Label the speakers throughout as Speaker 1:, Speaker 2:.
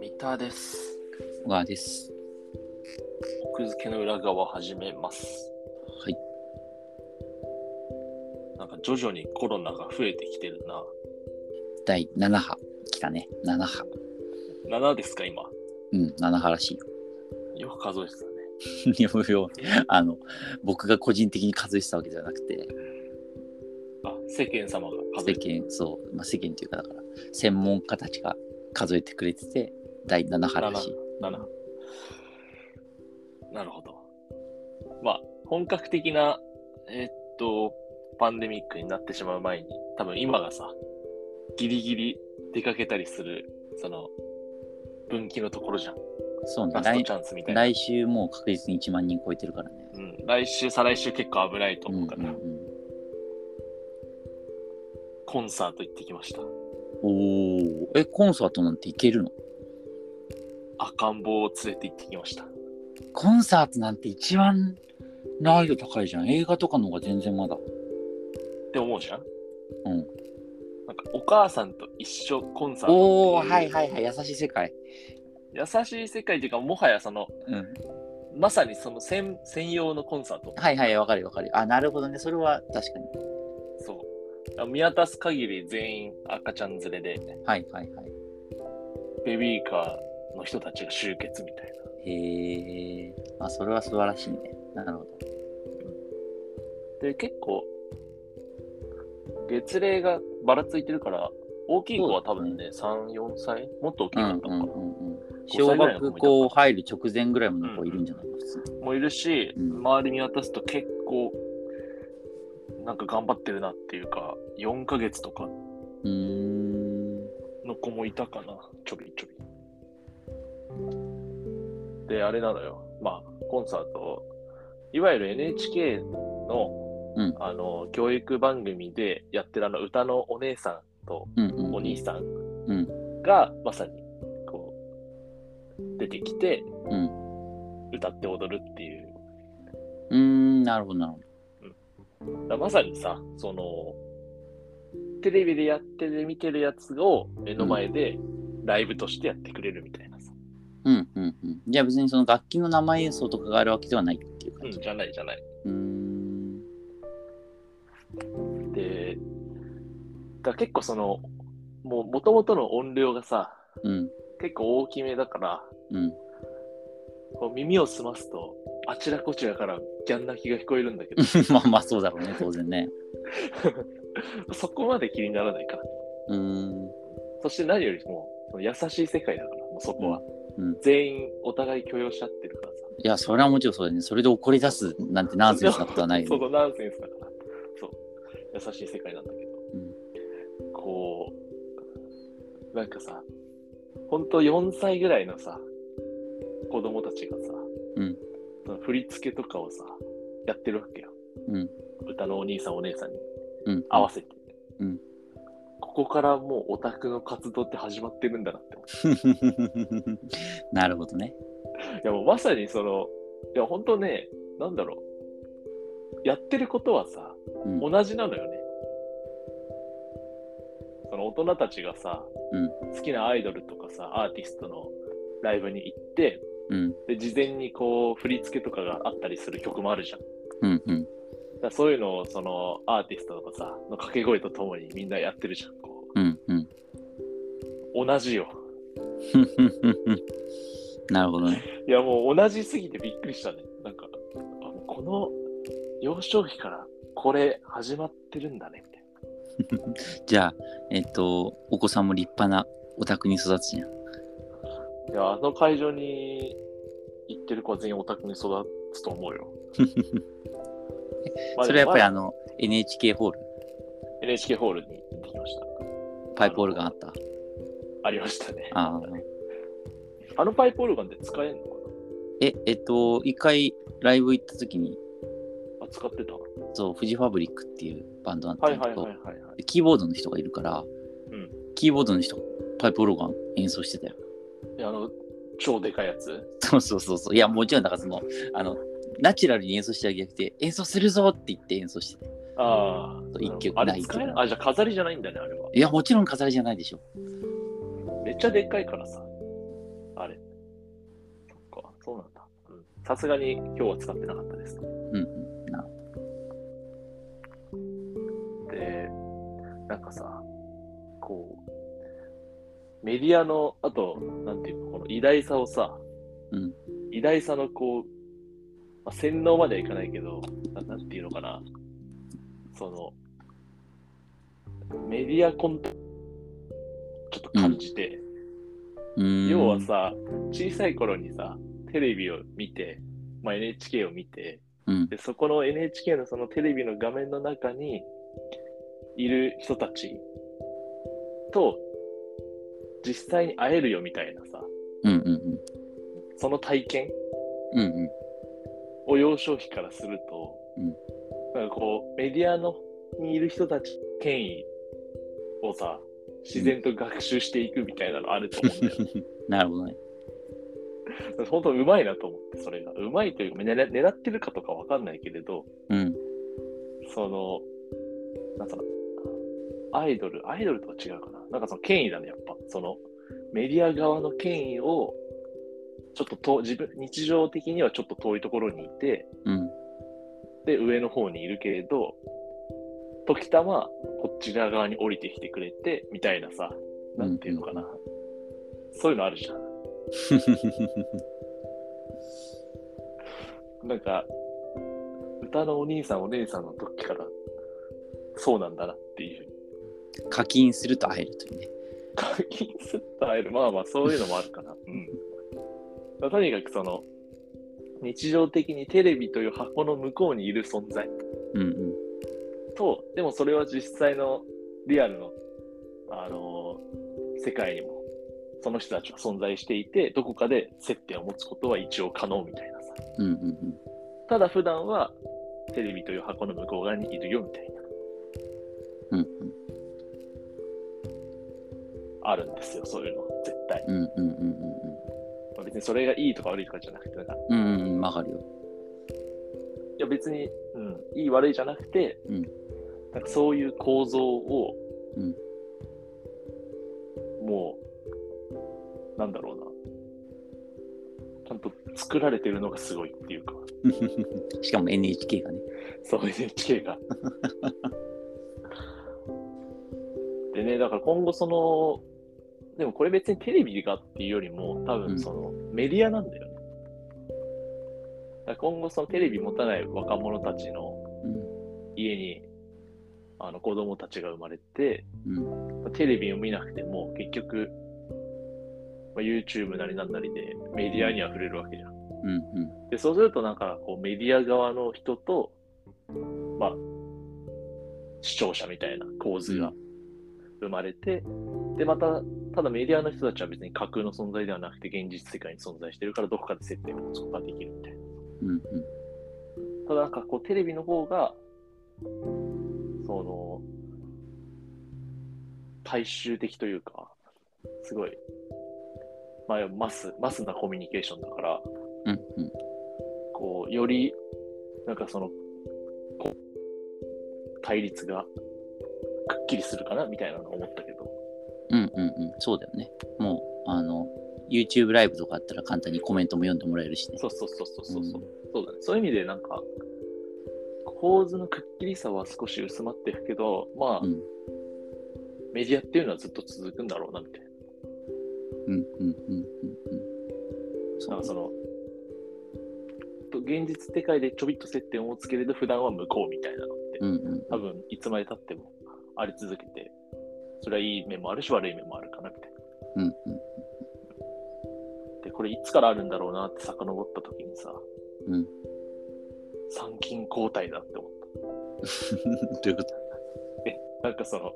Speaker 1: 三田です。
Speaker 2: 小川です。
Speaker 1: 奥付けの裏側始めます。
Speaker 2: はい。
Speaker 1: なんか徐々にコロナが増えてきてるな。
Speaker 2: 第7波。来たね。7波。
Speaker 1: 7ですか、今。
Speaker 2: うん、7波らしい
Speaker 1: よく数えてたね。
Speaker 2: よ。 いや無料あの、僕が個人的に数えてたわけじゃなくて、
Speaker 1: あ、世間様が数え
Speaker 2: 世
Speaker 1: て
Speaker 2: 間、そう、まあ、世間というか、だから、専門家たちが数えてくれてて、第7波らしい。
Speaker 1: 7。なるほど。まあ、本格的な、えーっと、パンデミックになってしまう前に、多分今がさ、ギリギリ出かけたりする、その、分岐のところじゃん。
Speaker 2: そうね
Speaker 1: ラスト
Speaker 2: 来
Speaker 1: チ。ャンスみたいな。
Speaker 2: 来週もう確実に1万人超えてるからね。
Speaker 1: うん、来週、再来週結構危ないと思うから、
Speaker 2: んうんうん
Speaker 1: コンサート行ってきました。
Speaker 2: おお。え、コンサートなんて行けるの
Speaker 1: 赤ん坊を連れて行ってきました。
Speaker 2: コンサートなんて一番難易度高いじゃん。映画とかの方が全然まだ。
Speaker 1: って思うじゃん
Speaker 2: うん。
Speaker 1: なんかお母さんと一緒コンサート
Speaker 2: おお、
Speaker 1: ってう
Speaker 2: はいはいはい。優しい世界。
Speaker 1: 優しい世界というか、もはやその、
Speaker 2: うん。
Speaker 1: まさにその専専用のコンサート。
Speaker 2: はいはい、わかるわかる。あ、なるほどね。それは確かに。
Speaker 1: そう。見渡す限り全員赤ちゃん連れで、
Speaker 2: はいはいはい。
Speaker 1: ベビーカーの人たちが集結みたいな。
Speaker 2: へえ。あ、それは素晴らしいね。なるほど。
Speaker 1: で、結構、月齢がばらついてるから、大きい子は多分ね、3、4歳もっと大き
Speaker 2: う
Speaker 1: か
Speaker 2: ん
Speaker 1: ったのかな、
Speaker 2: うんうんうん。
Speaker 1: 5
Speaker 2: 小
Speaker 1: 歳ぐらいの子も
Speaker 2: 学
Speaker 1: いた
Speaker 2: 校入る直前ぐらいの子いるんじゃないですか。
Speaker 1: もいるし、
Speaker 2: うん
Speaker 1: 周り見渡すと結構、なんか頑張ってるなっていうか、4ヶ月とか
Speaker 2: うーん。
Speaker 1: の子もいたかな、ちょびちょび。で、あれなのよ、まあ、コンサート、いわゆる NHK の,、
Speaker 2: うん
Speaker 1: あの教育番組でやってるあの歌のお姉さんと
Speaker 2: うんうん。
Speaker 1: お兄さ
Speaker 2: うん
Speaker 1: が、まさにこう出てきて、
Speaker 2: うん
Speaker 1: 歌って踊るっていう
Speaker 2: うーん、なるほどなるほど。
Speaker 1: だからまさにさ、その、テレビでやってて見てるやつを目の前でライブとしてやってくれるみたいなさ。
Speaker 2: うんうんうん。じゃあ別にその楽器の生演奏とかがあるわけではないっていう
Speaker 1: う
Speaker 2: 感
Speaker 1: ん、
Speaker 2: じ。
Speaker 1: じゃないじゃない。
Speaker 2: うーん。
Speaker 1: で、だから結構その、もう元々の音量がさ、
Speaker 2: うん。
Speaker 1: 結構大きめだから、
Speaker 2: うん。
Speaker 1: こう耳を澄ますと、あちらこちらからギャン泣きが聞こえるんだけ ど、
Speaker 2: まあまあそうだろうね、当然ね。
Speaker 1: そこまで気にならないから。
Speaker 2: うーん。
Speaker 1: そして何よりも、その優しい世界だから、もうそこは。
Speaker 2: うんうん
Speaker 1: 全員お互い許容しちゃってるからさ。
Speaker 2: いや、それはもちろんそうだよね。それで怒り出すなんてナンセンスなことはない
Speaker 1: そう
Speaker 2: よ
Speaker 1: そ
Speaker 2: ね。
Speaker 1: う、ナンセンスだから。そう。優しい世界なんだけど。こう、なんかさ、ほんと4歳ぐらいのさ、子供たちがさ、
Speaker 2: うん
Speaker 1: その振り付けとかをさ、やってるわけよ。
Speaker 2: うん。
Speaker 1: 歌のお兄さんお姉さんに
Speaker 2: うん。うん。
Speaker 1: 合わせて。
Speaker 2: うん
Speaker 1: ここからもうオタクの活動って始まってるんだなって思って。
Speaker 2: なるほどね。
Speaker 1: いやもうまさにその、いやほんとね、なんだろう。やってることはさ、
Speaker 2: うん
Speaker 1: 同じなのよね。その大人たちがさ、
Speaker 2: うん
Speaker 1: 好きなアイドルとかさ、アーティストのライブに行って、
Speaker 2: うん
Speaker 1: で、事前にこう、振り付けとかがあったりする曲もあるじゃん。だか
Speaker 2: うんうん
Speaker 1: らそういうのを、その、アーティストとかさ、の掛け声とともにみんなやってるじゃん。こ
Speaker 2: うんうん。
Speaker 1: う同じよ。
Speaker 2: なるほどね。
Speaker 1: いや、もう同じすぎてびっくりしたね。なんか、あもうこの幼少期からこれ始まってるんだね、みたいな。
Speaker 2: じゃあ、えっと、お子さんも立派なお宅に育つじゃん。
Speaker 1: いや、あの会場に行ってる子は全員オタクに育つと思 うよ。まあ
Speaker 2: それはやっぱりあ
Speaker 1: でも
Speaker 2: の、NHK ホール、
Speaker 1: まあ NHK ホールに行ってきました。
Speaker 2: パイプオルガンあった。
Speaker 1: ありましたね。
Speaker 2: ああ。
Speaker 1: あのパイプオルガンって使えるのか
Speaker 2: え、えっと、一回ライブ行った時に、
Speaker 1: なあ、使ってた。
Speaker 2: そう、フジファブリックっていうバンドあった
Speaker 1: はい
Speaker 2: んだ
Speaker 1: はい
Speaker 2: けど、
Speaker 1: はいはい、はい。
Speaker 2: キーボードの人がいるから、
Speaker 1: ん
Speaker 2: キーボードの人がパイプオルガン演奏してたよ。
Speaker 1: であの、超でかいやつ。
Speaker 2: そうそうそうそう。いや、もちろん、だからその、あの、ナチュラルに演奏しては逆で演奏するぞって言って演奏してた
Speaker 1: ああ
Speaker 2: そう一曲
Speaker 1: あ
Speaker 2: な
Speaker 1: れ
Speaker 2: い
Speaker 1: 使えないあ、じゃあ飾りじゃないんだね、あれは。
Speaker 2: いやもちろん飾りじゃないでしょ
Speaker 1: めっちゃでっかいからさ。あれ。そっか、そうなんだ。うんさすがに今日は使ってなかったです。
Speaker 2: うんうんな
Speaker 1: で、なんかさ、こう、メディアの、あと、なんていうの、この偉大さをさ、
Speaker 2: うん
Speaker 1: 偉大さのこう、まあ、洗脳まではいかないけどな、なんていうのかな、その、メディアコンテンツちょっと感じて、
Speaker 2: うーん
Speaker 1: 要はさ、小さい頃にさ、テレビを見て、まあ、NHK を見て、
Speaker 2: うん
Speaker 1: でそこの NHK のそのテレビの画面の中にいる人たちと実際に会えるよみたいなさ
Speaker 2: うんうん
Speaker 1: その体験
Speaker 2: うんうん うん
Speaker 1: を幼少期からすると、
Speaker 2: うん
Speaker 1: なんかこうメディアのにいる人たち権威をさ自然と学習していくみたいなのあると思うんだよね、
Speaker 2: なるほどね
Speaker 1: 本当うまいなと思ってそれがうまいというか狙狙ってるかとかわかんないけれど
Speaker 2: うん
Speaker 1: その、なんか、アイドル、アイドルとは違うかな。なんかその権威だね、やっぱ。その、メディア側の権威を、ちょっとと自分、日常的にはちょっと遠いところにいて、
Speaker 2: うん
Speaker 1: で、上の方にいるけれど、時たま、こちら側に降りてきてくれて、みたいなさ、なんていうのかな。そういうのあるじゃん。なんか、歌のお兄さんお姉さんの時から、そうなんだなっていう。
Speaker 2: 課金すると会えるというね
Speaker 1: 課金すると会える。まあまあ、そういうのもあるかな。うん。まあとにかくその、日常的にテレビという箱の向こうにいる存在
Speaker 2: うんうん
Speaker 1: と、でもそれは実際のリアルの、あのー世界にも、その人たちは存在していて、どこかで接点を持つことは一応可能みたいなさ。
Speaker 2: うんうんうん
Speaker 1: ただ普段は、テレビという箱の向こう側にいるよみたい
Speaker 2: うん
Speaker 1: な、あるんですよ、そういうの、絶対。
Speaker 2: うんうんうん
Speaker 1: まあ別にそれがいいとか悪いとかじゃなくて、なんか
Speaker 2: うんうんうんうんわかるよ
Speaker 1: いや別に、うん、いい悪いじゃなくて、
Speaker 2: うん
Speaker 1: なんかそういう構造を、
Speaker 2: うん
Speaker 1: もうなんだろうなちゃんと作られてるのがすごいっていうか
Speaker 2: しかも NHK がね
Speaker 1: そう NHK が。でねだから今後そのでもこれ別にテレビがっていうよりも多
Speaker 2: う
Speaker 1: 分
Speaker 2: ん
Speaker 1: そのメディアなんだよね。だから今後そのテレビ持たない若者たちの
Speaker 2: うん
Speaker 1: 家にあの子供たちが生まれて、
Speaker 2: うん
Speaker 1: テレビを見なくても結局、まあ、YouTube なりなんなりでメディアに溢れるわけじゃん。
Speaker 2: うんうん
Speaker 1: で、そうするとなんかこうメディア側の人と、まあ、視聴者みたいな構図が生まれて、で、また、ただメディアの人たちは別に架空の存在ではなくて現実世界に存在してるからどこかで接点を持つことができるみたいな。
Speaker 2: うん
Speaker 1: ただなんかこうテレビの方がその大衆的というかすごい、まあ、マスマスなコミュニケーションだから
Speaker 2: うんうん
Speaker 1: こうよりなんかそのこう対立がくっきりするかなみたいなのを思ったけど
Speaker 2: うんうんうんそうだよねもうあの YouTube ライブとかあったら簡単にコメントも読んでもらえるしね
Speaker 1: そうそうそうそうそうそうそうだねそういう意味でなんか構図のくっきりさは少し薄まっていくけどまあ、
Speaker 2: うん
Speaker 1: メディアっていうのはずっと続くんだろうなみたいな。
Speaker 2: うんうんうんうんうん
Speaker 1: なんか
Speaker 2: そ
Speaker 1: そうの、と現実世界でちょびっと接点を持つけれど、普段は向こうみたいなのって、
Speaker 2: うんうん
Speaker 1: 多分いつまでたってもあり続けて、それはいい面もあるし、悪い面もあるかなみたい
Speaker 2: うん
Speaker 1: な。で、これいつからあるんだろうなって遡った時にさ、
Speaker 2: うんうん
Speaker 1: 参勤交代だって思っ
Speaker 2: ということ
Speaker 1: た。なんかその、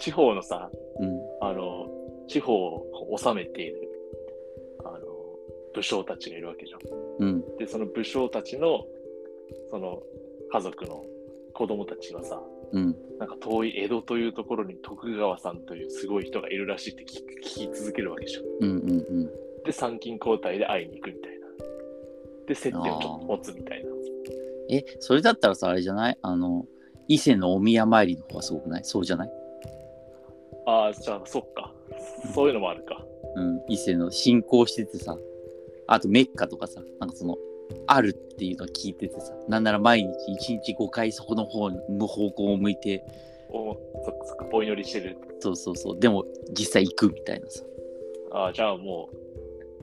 Speaker 1: 地方のさ、
Speaker 2: うん
Speaker 1: あの、地方をこう治めている、あの、武将たちがいるわけじゃん。
Speaker 2: うん
Speaker 1: で、その武将たちの、その、家族の子供たちはさ、
Speaker 2: うん
Speaker 1: なんか遠い江戸というところに徳川さんというすごい人がいるらしいって聞き聞き続けるわけでしょ。
Speaker 2: うんうんうん
Speaker 1: で、参勤交代で会いに行くみたいな。で、接点をちょっと持つみたいな。
Speaker 2: え、それだったらさ、あれじゃないあの、伊勢のお宮参りの方がすごくないそうじゃない
Speaker 1: ああ、じゃあ、そっか。そういうのもあるか。
Speaker 2: うん、伊勢の信仰しててさ、あとメッカとかさ、なんかその、あるっていうのを聞いててさ、なんなら毎日1日5回そこの方の方向を向いて、
Speaker 1: おそっかそっか、お祈りしてる。
Speaker 2: そうそうそう、でも実際行くみたいなさ。
Speaker 1: ああ、じゃあもう、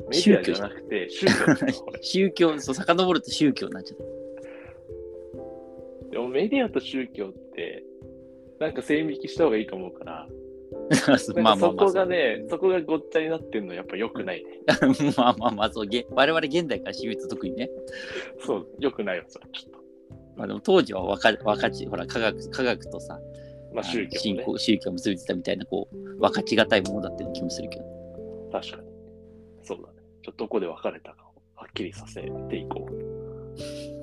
Speaker 1: メディアじゃなくて、宗教だなこれ
Speaker 2: 宗教、そう、遡ると宗教になっちゃう。
Speaker 1: でもメディアと宗教って、なんか線引きした方がいいと思うから、なん
Speaker 2: まあ
Speaker 1: か
Speaker 2: まあ
Speaker 1: そ
Speaker 2: まあ。
Speaker 1: こがね、そこがごっちゃになってるのやっぱ良くないね。
Speaker 2: そう まあまあまあ、そう、げ我々現代から知ると特にね。
Speaker 1: そう、良くないよ、それちょっと。
Speaker 2: まあでも当時は分か分かち、ほら、科学、科学とさ、
Speaker 1: まあ宗
Speaker 2: あの
Speaker 1: 教も
Speaker 2: 信
Speaker 1: ね。
Speaker 2: 仰、宗教を結びついたみたいな、こう、分かちがたいものだっていう気もするけど。
Speaker 1: 確かに。そうだね。ちょっとどこで分かれたかをはっきりさせていこう。